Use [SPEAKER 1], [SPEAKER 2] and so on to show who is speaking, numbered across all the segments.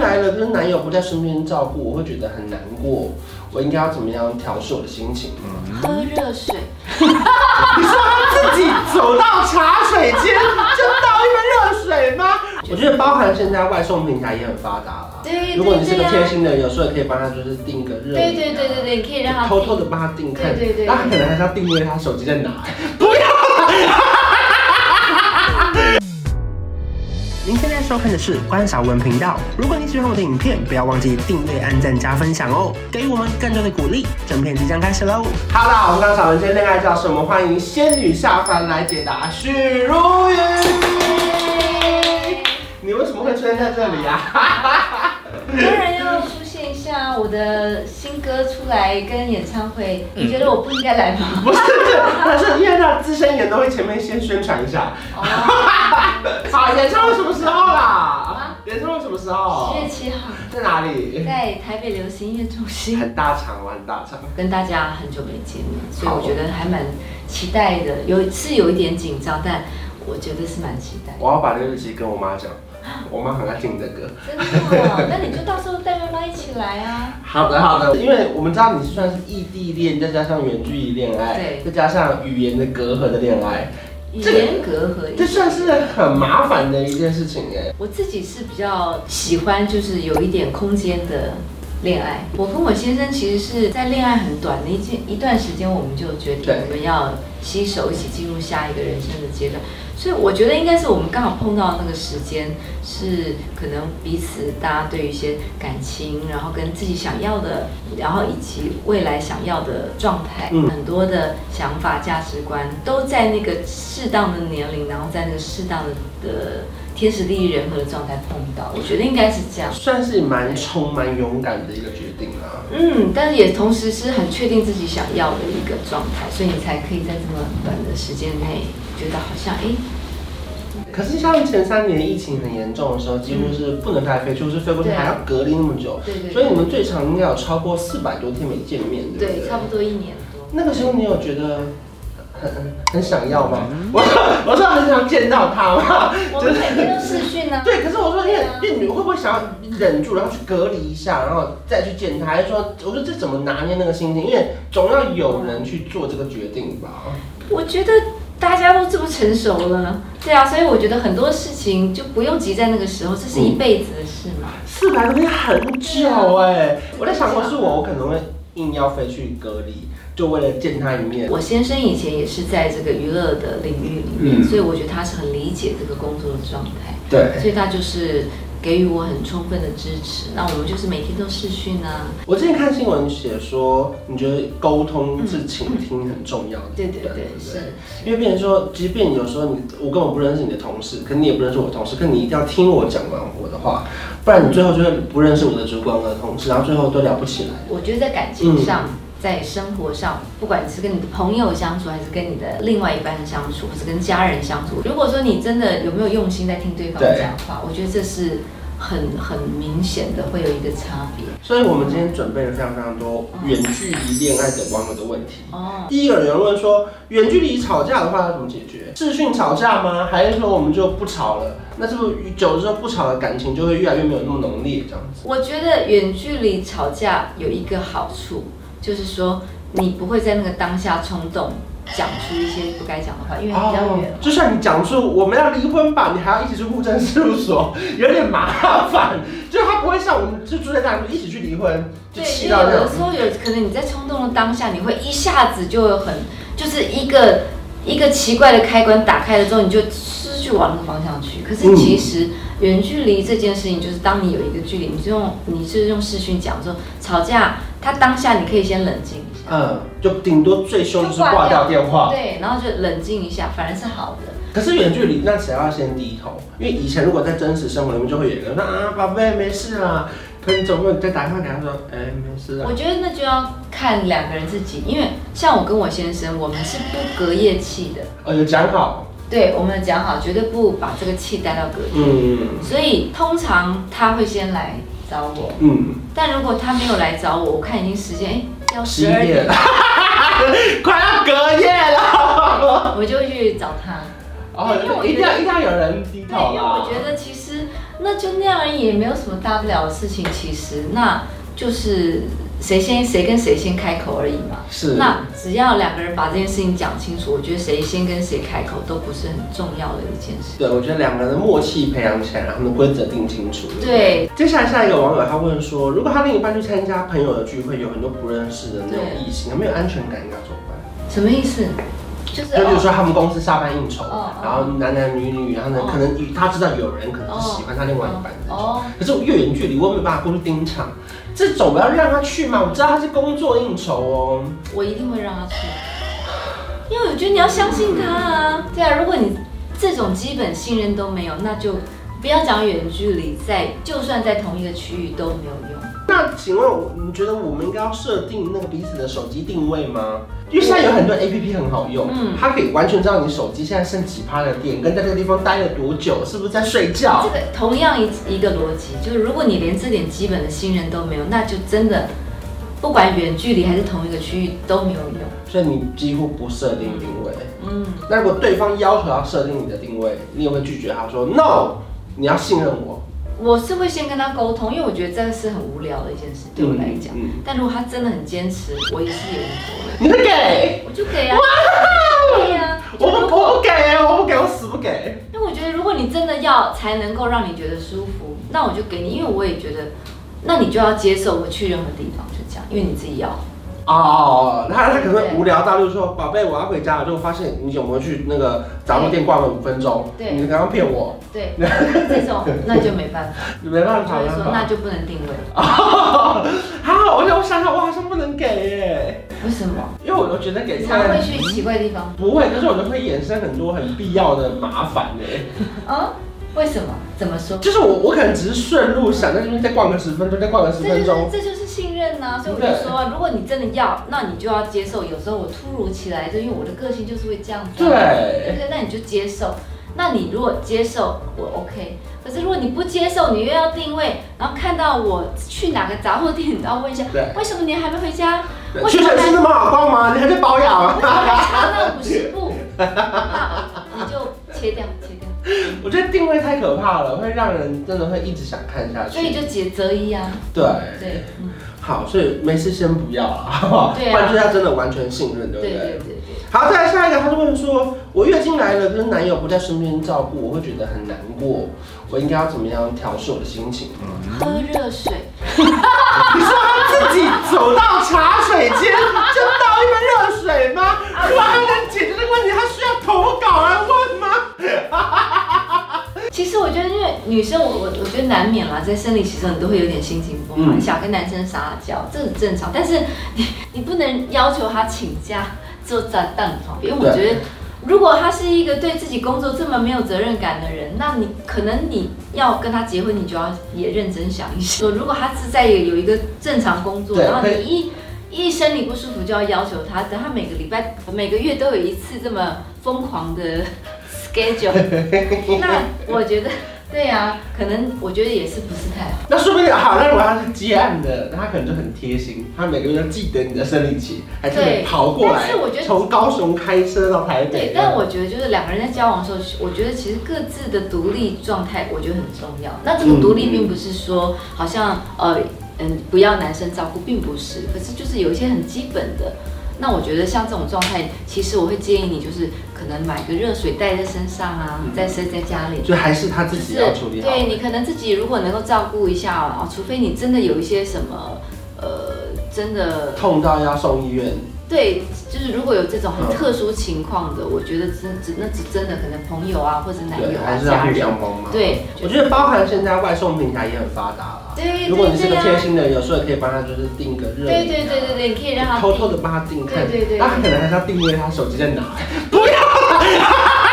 [SPEAKER 1] 来了，那男友不在身边照顾，我会觉得很难过。我应该要怎么样调试我的心情？
[SPEAKER 2] 喝热水，
[SPEAKER 1] 你说他 自己走到茶水间就倒一杯热水吗？ 我觉得包含现在外送平台也很发达啦。
[SPEAKER 2] 对对对啊
[SPEAKER 1] 如果你是个贴心的人，有时候也可以帮他就是订个热饮、啊
[SPEAKER 2] 对对对对。对，你可以让他
[SPEAKER 1] 偷偷的帮他订看，
[SPEAKER 2] 对对对
[SPEAKER 1] 那他可能还是要订阅他手机在 哪。不要！您现在收看的是关少文频道。如果你喜欢我的影片，不要忘记订阅、按赞、加分享哦，给予我们更多的鼓励。整片即将开始喽！哈啦，我们刚少文今天恋爱教室，我们欢迎仙女下凡来解答许茹芸。你为什么会出现在这里啊？
[SPEAKER 2] 当然要出现一下我的新歌出来跟演唱会，
[SPEAKER 1] 嗯
[SPEAKER 2] 你觉得我不应该来 吗？
[SPEAKER 1] 不是，但是因为他资深演都会前面先宣传一下。好，演唱会什么时候啦
[SPEAKER 2] 啊？
[SPEAKER 1] 演唱会什么时
[SPEAKER 2] 哦，
[SPEAKER 1] 候
[SPEAKER 2] 七？月七号
[SPEAKER 1] 在哪里？
[SPEAKER 2] 在台北流行音乐中心。
[SPEAKER 1] 很大场，我很大场。
[SPEAKER 2] 跟大家很久没见面，所以我觉得还蛮期待的，有是有一点紧张，但我觉得是蛮期待。
[SPEAKER 1] 我要把这个日期跟我妈讲，我妈很爱听这 个。
[SPEAKER 2] 真的哦、那你就到时候带妈妈一起来啊。
[SPEAKER 1] 好的，好的，因为我们知道你算是异地恋，再加上远距离恋爱，
[SPEAKER 2] 对
[SPEAKER 1] 再加上语言的隔阂的恋爱，
[SPEAKER 2] 语
[SPEAKER 1] 这个
[SPEAKER 2] 言隔阂，
[SPEAKER 1] 这算是很麻烦的一件事情哎。
[SPEAKER 2] 我自己是比较喜欢，就是有一点空间的恋爱。我跟我先生其实是在恋爱很短的一件一段时间，我们就决定
[SPEAKER 1] 对
[SPEAKER 2] 我们要携手一起进入下一个人生的阶段。所以我觉得应该是我们刚好碰到那个时间，是可能彼此大家对于一些感情，然后跟自己想要的，然后以及未来想要的状态，
[SPEAKER 1] 嗯
[SPEAKER 2] 很多的想法、价值观都在那个适当的年龄，然后在那个适当的的呃天时地利人和的状态碰到，我觉得应该是这样。
[SPEAKER 1] 算是蛮冲、蛮勇敢的一个决定啊。
[SPEAKER 2] 嗯，但是也同时是很确定自己想要的一个状态，所以你才可以在这么短的时间内觉得好像哎，
[SPEAKER 1] 可是像前三年疫情很严重的时候，几乎是不能太飞，就是飞过去
[SPEAKER 2] 嗯对
[SPEAKER 1] 还要隔离那么久，
[SPEAKER 2] 对对
[SPEAKER 1] 所以你们最长应该有超过四百多天没见面，对不对？
[SPEAKER 2] 对，差不多一年多。
[SPEAKER 1] 那个时候你有觉得 很很想要吗？
[SPEAKER 2] 嗯
[SPEAKER 1] 我 我说很想见到他吗？
[SPEAKER 2] 我们每天都视讯啊。
[SPEAKER 1] 对，可是我说，因为
[SPEAKER 2] 嗯对啊
[SPEAKER 1] 因为你会不会想要忍住，然后去隔离一下，然后再去见他？还是说，我说这怎么拿捏那个心情？因为总要有人去做这个决定吧。
[SPEAKER 2] 我觉得大家都这么成熟了，对啊，所以我觉得很多事情就不用急在那个时候，这是一辈子的事嘛。
[SPEAKER 1] 四百多天很久哎、
[SPEAKER 2] 啊
[SPEAKER 1] 我在想，如果是我，我可能会硬要飞去隔离，就为了见他一面。
[SPEAKER 2] 我先生以前也是在这个娱乐的领域里面，
[SPEAKER 1] 嗯
[SPEAKER 2] 所以我觉得他是很理解这个工作的状态。
[SPEAKER 1] 对，
[SPEAKER 2] 所以他就是给予我很充分的支持。那我们就是每天都视讯啊，
[SPEAKER 1] 我之前看新闻写说，你觉得沟通是倾听很重要的，
[SPEAKER 2] 对对
[SPEAKER 1] 不
[SPEAKER 2] 对，是。
[SPEAKER 1] 因为变成说，即便有时候你我根本不认识你的同事，可你也不认识我的同事，可你一定要听我讲完我的话，不然你最后就会不认识我的主管和同事，然后最后都聊不起来。
[SPEAKER 2] 我觉得在感
[SPEAKER 1] 嗯
[SPEAKER 2] 情上。在生活上，不管你是跟你的朋友相处，还是跟你的另外一半相处，或者跟家人相处，如果说你真的有没有用心在听对方
[SPEAKER 1] 对
[SPEAKER 2] 讲话，我觉得这是很很明显的会有一个差别。
[SPEAKER 1] 所以我们今天准备了非常非常多远距离恋爱的网友的问题。
[SPEAKER 2] 哦，
[SPEAKER 1] 第一个有人问说，远距离吵架的话要怎么解决？视讯吵架吗？还是说我们就不吵了？那是不是久了之后不吵了，感情就会越来越没有那么浓烈这样子？
[SPEAKER 2] 我觉得远距离吵架有一个好处，就是说你不会在那个当下冲动讲出一些不该讲的话，因为
[SPEAKER 1] 哦
[SPEAKER 2] 比较远。
[SPEAKER 1] 就算你讲出我们要离婚吧，你还要一起去户政事务所， 有点麻烦。就是他不会像我们就住在那里一起去离婚，就
[SPEAKER 2] 对，
[SPEAKER 1] 气
[SPEAKER 2] 因为
[SPEAKER 1] 到
[SPEAKER 2] 有
[SPEAKER 1] 这样
[SPEAKER 2] 的。时候有可能你在冲动的当下，你会一下子就有很就是一个一个奇怪的开关打开了之后，你就失去往那个方向去。可
[SPEAKER 1] 嗯
[SPEAKER 2] 是其实远距离这件事情，就是当你有一个距离，你就用你是用视讯讲说吵架，他当下你可以先冷静一下，
[SPEAKER 1] 嗯，就顶多最凶就是挂掉电话。
[SPEAKER 2] 对，然后就冷静一下，反而是好的。
[SPEAKER 1] 可是远距离，那谁要先低头？因为以前如果在真实生活里面，就会有一个人说啊，宝贝没事啦。可你总不能再打电话给他说，哎、没事啊。
[SPEAKER 2] 我觉得那就要看两个人自己，因为像我跟我先生，我们是不隔夜气的，
[SPEAKER 1] 哦，有讲好。
[SPEAKER 2] 对，我们讲好绝对不把这个气带到隔夜。
[SPEAKER 1] 嗯
[SPEAKER 2] 所以通常他会先来找我，
[SPEAKER 1] 嗯，
[SPEAKER 2] 但如果他没有来找我，我看已经时间哎要
[SPEAKER 1] 十
[SPEAKER 2] 十
[SPEAKER 1] 一
[SPEAKER 2] 二
[SPEAKER 1] 点
[SPEAKER 2] 点，
[SPEAKER 1] 了， 快要隔夜了。
[SPEAKER 2] 我就会去找他。
[SPEAKER 1] 哦，一定要一定要有人低
[SPEAKER 2] 对，
[SPEAKER 1] 头
[SPEAKER 2] 因为我
[SPEAKER 1] 啦。
[SPEAKER 2] 觉得其实那就那样而已，也没有什么大不了的事情。其实那就是谁先谁跟谁先开口而已嘛。
[SPEAKER 1] 是
[SPEAKER 2] 那只要两个人把这件事情讲清楚，我觉得谁先跟谁开口都不是很重要的一件事。
[SPEAKER 1] 对，我觉得两个人的默契培养起来，然后呢规则定清楚。
[SPEAKER 2] 对，
[SPEAKER 1] 接下来下一个网友他问说，如果他另一半去参加朋友的聚会，有很多不认识的那种
[SPEAKER 2] 对
[SPEAKER 1] 异性，他没有安全感，应该怎么办？
[SPEAKER 2] 什么意思？就是
[SPEAKER 1] 就比如
[SPEAKER 2] 哦，
[SPEAKER 1] 说他们公司下班应酬
[SPEAKER 2] 哦哦，
[SPEAKER 1] 然后男男女女，然后呢
[SPEAKER 2] 哦
[SPEAKER 1] 可能与他知道有人可能是喜欢他另外一半的那种，
[SPEAKER 2] 哦，
[SPEAKER 1] 可是我越远距离我也没办法过去盯场，这种我要让他去嘛？我知道他是工作应酬哦，
[SPEAKER 2] 我一定会让他去，因为我觉得你要相信他啊。对啊，如果你这种基本信任都没有，那就不要讲远距离，在就算在同一个区域都没有用。
[SPEAKER 1] 那请问我，你觉得我们应该要设定那个彼此的手机定位吗？因为现在有很多 A P P 很好用，
[SPEAKER 2] 啊嗯
[SPEAKER 1] 它可以完全知道你手机现在剩几趴的电，跟在这个地方待了多久，是不是在睡觉
[SPEAKER 2] 这？个同样一一个逻辑，就是如果你连这点基本的信任都没有，那就真的不管远距离还是同一个区域都没有用。
[SPEAKER 1] 所以你几乎不设定定位。
[SPEAKER 2] 嗯，
[SPEAKER 1] 那如果对方要求要设定你的定位，你也会拒绝他说 no，你要信任我。
[SPEAKER 2] 我是会先跟他沟通，因为我觉得这是很无聊的一件事，对我来讲。
[SPEAKER 1] 嗯，嗯嗯
[SPEAKER 2] 但如果他真的很坚持，我也是也无所谓，
[SPEAKER 1] 你会给？
[SPEAKER 2] 我就给啊。对呀、啊，
[SPEAKER 1] 我不，我不给，我不给，我死不给。
[SPEAKER 2] 因为我觉得如果你真的要才能够让你觉得舒服，那我就给你，因为我也觉得，那你就要接受我去任何地方就这样，因为你自己要。
[SPEAKER 1] 哦，他他可能会无聊到，就是说，宝贝，我要回家了，就发现你有没有去那个杂货店逛了五分钟？
[SPEAKER 2] 对
[SPEAKER 1] 你刚刚骗我。
[SPEAKER 2] 对，这种那就没办法，
[SPEAKER 1] 没办
[SPEAKER 2] 就
[SPEAKER 1] 法，
[SPEAKER 2] 会
[SPEAKER 1] 没
[SPEAKER 2] 说那
[SPEAKER 1] 办法。
[SPEAKER 2] 就不能定 位。
[SPEAKER 1] 好，我想我想想，我好像不能给耶，
[SPEAKER 2] 为什么？
[SPEAKER 1] 因为我都觉得给
[SPEAKER 2] 你
[SPEAKER 1] 太
[SPEAKER 2] 常会去奇怪的地方？
[SPEAKER 1] 不会，可是我就会衍生很多很必要的麻烦哎。
[SPEAKER 2] 啊？为什么？怎么说？
[SPEAKER 1] 就是我我可能只是顺路想在这边再逛个十分钟，再逛个十
[SPEAKER 2] 这
[SPEAKER 1] 分
[SPEAKER 2] 就是
[SPEAKER 1] 钟。
[SPEAKER 2] 这就是信任呐、所以我就说啊，如果你真的要，那你就要接受。有时候我突如其来，就因为我的个性就是会这样子、啊。对
[SPEAKER 1] 对，
[SPEAKER 2] 不对？那你就接受。那你如果接受，我 OK。可是如果你不接受，你又要定位，然后看到我去哪个杂货店，你都要问一下
[SPEAKER 1] 对，
[SPEAKER 2] 为什么你还没回家？
[SPEAKER 1] 对
[SPEAKER 2] 为什
[SPEAKER 1] 屈
[SPEAKER 2] 么
[SPEAKER 1] 臣氏
[SPEAKER 2] 还
[SPEAKER 1] 那么好逛吗？你还在保养啊？
[SPEAKER 2] 为什么还差那五十步？那你就切掉，切掉。
[SPEAKER 1] 我觉得定位太可怕了，会让人真的会一直想看下去。
[SPEAKER 2] 所以就解择一啊，
[SPEAKER 1] 对
[SPEAKER 2] 对，嗯，
[SPEAKER 1] 好，所以没事先不要了， 好不好？
[SPEAKER 2] 对啊
[SPEAKER 1] 不然就是要真的完全信任，对
[SPEAKER 2] 对
[SPEAKER 1] 不
[SPEAKER 2] 对
[SPEAKER 1] 对？
[SPEAKER 2] 对对。
[SPEAKER 1] 好，再来下一个，他就问说，我月经来了，可是男友不在身边照顾，我会觉得很难过，我应该要怎么样调试我的心情？
[SPEAKER 2] 喝热水，
[SPEAKER 1] 你说他自己走到茶水间就倒一杯热水 吗？突然能解决这个问题，他需要投稿来问吗？
[SPEAKER 2] 其实我觉得，因为女生，我我我觉得难免啦，在生理期的时候，你都会有点心情不好，
[SPEAKER 1] 嗯
[SPEAKER 2] 你想跟男生撒娇，这很正常。但是你你不能要求他请假坐在蛋旁边，因为我觉得。如果他是一个对自己工作这么没有责任感的人，那你可能你要跟他结婚，你就要也认真想一想。如果他是在有一个正常工作，
[SPEAKER 1] 对
[SPEAKER 2] 然后
[SPEAKER 1] 可
[SPEAKER 2] 你一一生理不舒服就要要求他，等他每个礼拜、每个月都有一次这么疯狂的 schedule，那我觉得，对呀、可能我觉得也是不是太好。
[SPEAKER 1] 那说不定好，那如果他是接案的，那他可能就很贴心，他每个月都记得你的生理期，还特别
[SPEAKER 2] 对
[SPEAKER 1] 跑过来
[SPEAKER 2] 但是我觉，得
[SPEAKER 1] 从高雄开车到台北。啊
[SPEAKER 2] 对，但我觉得就是两个人在交往的时候，我觉得其实各自的独立状态，我觉得很重要。那这
[SPEAKER 1] 嗯
[SPEAKER 2] 个独立并不是说好像呃嗯不要男生照顾，并不是，可是就是有一些很基本的。那我觉得像这种状态，其实我会建议你就是可能买个热水袋在身上啊，
[SPEAKER 1] 嗯
[SPEAKER 2] 再塞在家里。
[SPEAKER 1] 就还是他自
[SPEAKER 2] 就是
[SPEAKER 1] 己要处理好。
[SPEAKER 2] 对你可能自己如果能够照顾一下啊，除非你真的有一些什么呃，真的
[SPEAKER 1] 痛到要送医院。
[SPEAKER 2] 对，就是如果有这种
[SPEAKER 1] 嗯
[SPEAKER 2] 很特殊情况的，我觉得真真那只真的可能朋友啊，或者男
[SPEAKER 1] 对，
[SPEAKER 2] 友啊
[SPEAKER 1] 还，是
[SPEAKER 2] 家
[SPEAKER 1] 要互
[SPEAKER 2] 人，
[SPEAKER 1] 相帮忙。，
[SPEAKER 2] 对，
[SPEAKER 1] 我觉得包含现在外送平台也很发达啦。
[SPEAKER 2] 对
[SPEAKER 1] 如果你是个
[SPEAKER 2] 对对啊
[SPEAKER 1] 贴心的人，有时候也可以帮他就是订个热饮啊。
[SPEAKER 2] 对对对对对，你可以让他
[SPEAKER 1] 偷偷的帮他订看，
[SPEAKER 2] 对对对
[SPEAKER 1] 他可能还是要定位他手机在 哪。不要！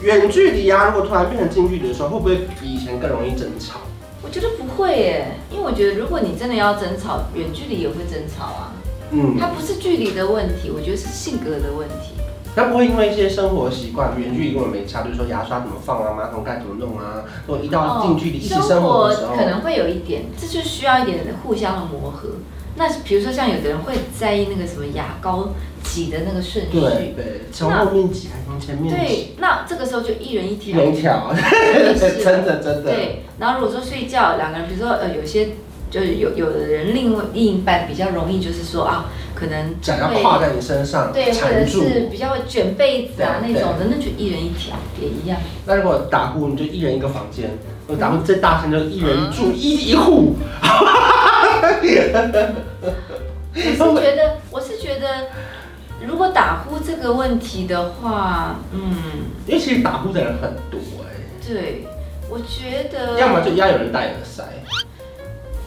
[SPEAKER 1] 远距离啊，如果突然变成近距离的时候，会不会比以前更容易争吵？
[SPEAKER 2] 我觉得不会耶，因为我觉得如果你真的要争吵，远距离也会争吵啊，
[SPEAKER 1] 嗯，
[SPEAKER 2] 它不是距离的问题，我觉得是性格的问题。
[SPEAKER 1] 那不会因为一些生活习惯，远距离根本没差，比如说牙刷怎么放啊，马桶盖怎么弄啊，如果
[SPEAKER 2] 哦
[SPEAKER 1] 一到近距离一起生活的时候，
[SPEAKER 2] 可能会有一点，这就需要一点互相的磨合。那比如说像有的人会在意那个什么牙膏挤的那个顺
[SPEAKER 1] 对
[SPEAKER 2] 序，
[SPEAKER 1] 对，从后面挤还是从前面挤？
[SPEAKER 2] 对，那这个时候就一人一条，
[SPEAKER 1] 人一条，
[SPEAKER 2] 是
[SPEAKER 1] 真的真的，
[SPEAKER 2] 对，然后如果说睡觉，两个人，比如说呃，有些就是有有的人另外另一半比较容易就是说啊，可能
[SPEAKER 1] 想要
[SPEAKER 2] 会
[SPEAKER 1] 跨在你身上
[SPEAKER 2] 对，或
[SPEAKER 1] 缠
[SPEAKER 2] 者
[SPEAKER 1] 住。
[SPEAKER 2] 是比较会卷被子啊
[SPEAKER 1] 对
[SPEAKER 2] 那种的，那就一人一条也 一样。
[SPEAKER 1] 那如果打呼，你就一人一个房间；我打呼最大声，就一人
[SPEAKER 2] 嗯
[SPEAKER 1] 住一一户。
[SPEAKER 2] 我是觉得，我是觉得，如果打呼这个问题的话，嗯，
[SPEAKER 1] 因为其实打呼的人很多哎、
[SPEAKER 2] 对，我觉得，
[SPEAKER 1] 要么就要有人戴耳塞，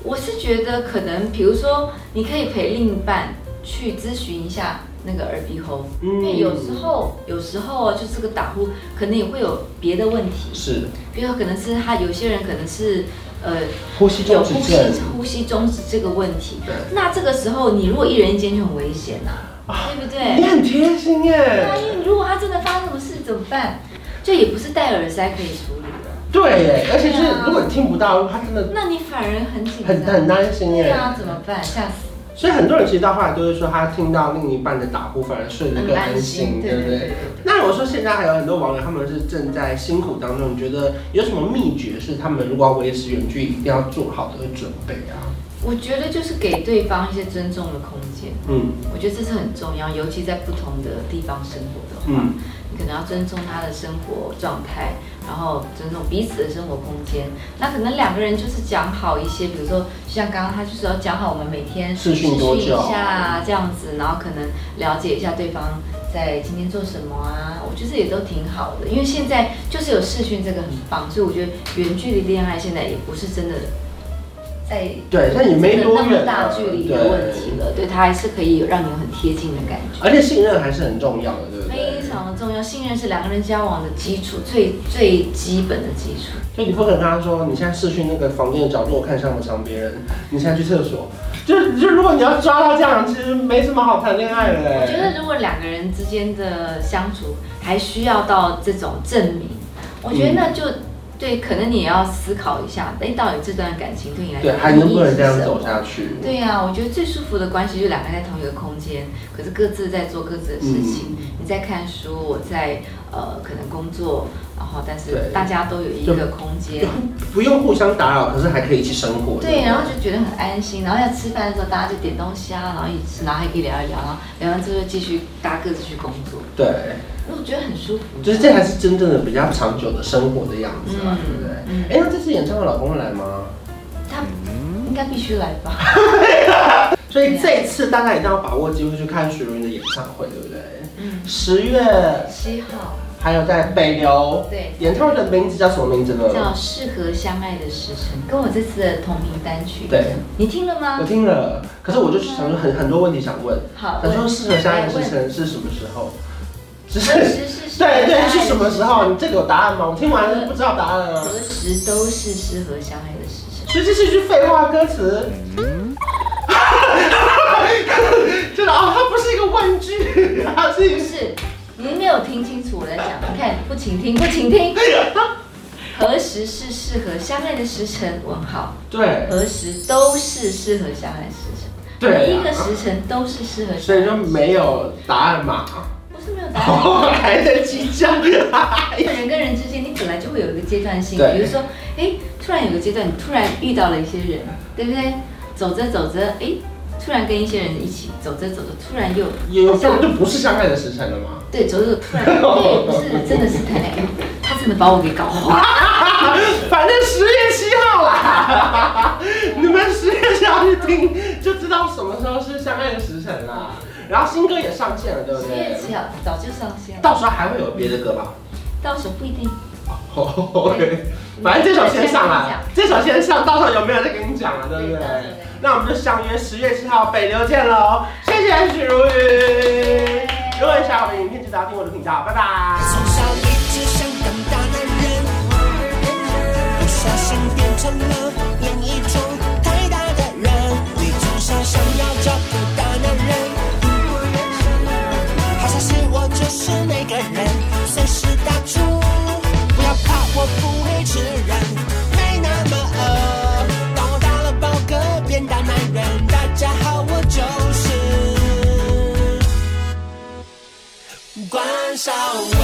[SPEAKER 2] 我是觉得可能，比如说，你可以陪另一半去咨询一下那个耳鼻喉，
[SPEAKER 1] 嗯
[SPEAKER 2] 因为有时候，有时候啊就是这个打呼，可能也会有别的问题，
[SPEAKER 1] 是
[SPEAKER 2] 比如说可能是他有些人可能是呃
[SPEAKER 1] 呼吸
[SPEAKER 2] 有
[SPEAKER 1] 中
[SPEAKER 2] 呼
[SPEAKER 1] 止
[SPEAKER 2] 吸
[SPEAKER 1] 症，
[SPEAKER 2] 呼吸中止这个问题，
[SPEAKER 1] 对，
[SPEAKER 2] 那这个时候你如果一人一间就很危险啊，对不
[SPEAKER 1] 你
[SPEAKER 2] 对？
[SPEAKER 1] 很贴心
[SPEAKER 2] 对啊，
[SPEAKER 1] 哎、
[SPEAKER 2] 因为如果他真的发生什么事怎么办？就也不是戴耳塞可以处理的，
[SPEAKER 1] 对哎，而且就
[SPEAKER 2] 对
[SPEAKER 1] 是
[SPEAKER 2] 啊
[SPEAKER 1] 如果你听不到，他真的
[SPEAKER 2] 那你反而很紧
[SPEAKER 1] 很很
[SPEAKER 2] 张。
[SPEAKER 1] 担心哎、
[SPEAKER 2] 对啊，怎么办？吓死！
[SPEAKER 1] 所以很多人其实到后来都会说，他听到另一半的打呼反而睡得更
[SPEAKER 2] 很
[SPEAKER 1] 安
[SPEAKER 2] 安
[SPEAKER 1] 心，
[SPEAKER 2] 心，
[SPEAKER 1] 对
[SPEAKER 2] 对
[SPEAKER 1] 不
[SPEAKER 2] 对对
[SPEAKER 1] 对？
[SPEAKER 2] 对。
[SPEAKER 1] 那我说现在还有很多网友，他们是正在辛苦当中，你觉得有什么秘诀是他们如果要维持远距，一定要做好的准备啊？
[SPEAKER 2] 我觉得就是给对方一些尊重的空间，
[SPEAKER 1] 嗯
[SPEAKER 2] 我觉得这是很重要，尤其在不同的地方生活的话，
[SPEAKER 1] 嗯，
[SPEAKER 2] 你可能要尊重他的生活状态，然后尊重彼此的生活空间。那可能两个人就是讲好一些，比如说就像刚刚他就是要讲好我们每天
[SPEAKER 1] 视讯多久
[SPEAKER 2] 视讯一下这样子，然后可能了解一下对方在今天做什么啊，我觉得这也都挺好的，因为现在就是有视讯这个很棒，所以我觉得远距离恋爱现在也不是真的在
[SPEAKER 1] 对，但也没多
[SPEAKER 2] 那么
[SPEAKER 1] 远
[SPEAKER 2] 大
[SPEAKER 1] 啊，
[SPEAKER 2] 距离的问题了，对他还是可以有让你有很贴近的感觉。
[SPEAKER 1] 对，而且信任还是很重要的，对不对
[SPEAKER 2] 非？常的重要，信任是两个人交往的基础，最最基本的基础。
[SPEAKER 1] 就你不可能跟他说，你现在视讯那个房间的角落看上不上别人，你现在去厕所，就就如果你要抓到这样，其实没什么好谈恋爱的、欸。
[SPEAKER 2] 我觉得如果两个人之间的相处还需要到这种证明，我
[SPEAKER 1] 嗯
[SPEAKER 2] 觉得那就、对，可能你也要思考一下，哎，到底这段感情对你来
[SPEAKER 1] 对，
[SPEAKER 2] 讲
[SPEAKER 1] 还能不
[SPEAKER 2] 意义
[SPEAKER 1] 能
[SPEAKER 2] 是
[SPEAKER 1] 这样
[SPEAKER 2] 什么
[SPEAKER 1] 走下去？
[SPEAKER 2] 对呀、我觉得最舒服的关系就是两个人在同一个空间，可是各自在做各自的事情。
[SPEAKER 1] 嗯
[SPEAKER 2] 你在看书，我在呃可能工作，然后但是
[SPEAKER 1] 对
[SPEAKER 2] 大家都有一
[SPEAKER 1] 就
[SPEAKER 2] 个空间，
[SPEAKER 1] 不用互相打扰，可是还可以一起生活。
[SPEAKER 2] 对，然后
[SPEAKER 1] 不
[SPEAKER 2] 就觉得很安心。然后要吃饭的时候，大家就点东西啊，然后一起吃，然后还可以聊一聊，然后聊完之后就继续大家各自去工作，
[SPEAKER 1] 对。
[SPEAKER 2] 那我觉得很舒服。
[SPEAKER 1] 就是这才是真正的比较长久的生活的样子啊，
[SPEAKER 2] 嗯
[SPEAKER 1] 对不对？
[SPEAKER 2] 嗯
[SPEAKER 1] 哎、那这次演唱会老公会来吗？
[SPEAKER 2] 他应该必须来吧。
[SPEAKER 1] 所以
[SPEAKER 2] 啊
[SPEAKER 1] 这一次大家一定要把握机会去看许茹芸的演唱会，对不对？
[SPEAKER 2] 嗯，
[SPEAKER 1] 十月
[SPEAKER 2] 七号
[SPEAKER 1] 还有在北流，
[SPEAKER 2] 对
[SPEAKER 1] 演唱会的名字叫什么名字呢？
[SPEAKER 2] 叫《适合相爱的时辰》，跟我这次的同名单曲。
[SPEAKER 1] 对，
[SPEAKER 2] 你听了吗
[SPEAKER 1] 我？听了，可是我就想说很很多问题想问，
[SPEAKER 2] 好，
[SPEAKER 1] 想说
[SPEAKER 2] 问
[SPEAKER 1] 适合相爱的
[SPEAKER 2] 来问
[SPEAKER 1] 时辰是什么时候？只是
[SPEAKER 2] 何时是适
[SPEAKER 1] 对
[SPEAKER 2] 合相爱
[SPEAKER 1] 对
[SPEAKER 2] 的
[SPEAKER 1] 是什么时候？
[SPEAKER 2] 时
[SPEAKER 1] 你这个有答案吗？我听完了不知道答案啊
[SPEAKER 2] 辰？，何时都是适合相爱的时辰。
[SPEAKER 1] 所以这是一句废话歌词。 真的啊，它不是一个问句， 它是一
[SPEAKER 2] 不
[SPEAKER 1] 个
[SPEAKER 2] 是，你没有听清楚我在讲，你看不请听，不请听。
[SPEAKER 1] 哎
[SPEAKER 2] 何时是适合相爱的时辰？问号。
[SPEAKER 1] 对
[SPEAKER 2] 何时都是适合相爱的时辰。每
[SPEAKER 1] 对
[SPEAKER 2] 一个
[SPEAKER 1] 啊，
[SPEAKER 2] 时辰都是适合
[SPEAKER 1] 所
[SPEAKER 2] 相爱
[SPEAKER 1] 以
[SPEAKER 2] 的时
[SPEAKER 1] 就
[SPEAKER 2] 辰。
[SPEAKER 1] 没有答案嘛，
[SPEAKER 2] 不是没有答案。
[SPEAKER 1] 我还在计较。
[SPEAKER 2] 人跟人之间，你本来就会有一个阶段性，
[SPEAKER 1] 对
[SPEAKER 2] 比如说，哎，突然有个阶段，你突然遇到了一些人，对不对？走着走着，哎，突然跟一些人一起走着走着，突然又
[SPEAKER 1] 有根本就不是相爱的时辰了嘛。
[SPEAKER 2] 对走着走着 突然，对，不是真的是谈恋爱，他真的把我给搞坏了。
[SPEAKER 1] 反正十月七号啦， 你们十月七号去听就知道什么时候是相爱的时辰啦。然后新歌也上线了，对不
[SPEAKER 2] 十月
[SPEAKER 1] 对？
[SPEAKER 2] 七号早就上线了，
[SPEAKER 1] 到时候还会有别的歌 吧？
[SPEAKER 2] 到时候不一定。
[SPEAKER 1] 哦，反正这首先上啦，这首先上，到时候有没有再跟你讲了，啊对不对
[SPEAKER 2] 对到时候再跟你？
[SPEAKER 1] 那我们就相约十月七号北流见喽，谢谢许茹芸。如果你喜欢我们的影片，记得要订阅我的频道，拜拜。
[SPEAKER 3] 从小一直想当大男人，不小心变成了另一种太大的人。你从小想要找个大男人，好消息我就是那个人，随时打住，不要怕，我不会吃人，没那么饿。当我大了包哥变大男人，大家好，我烧我。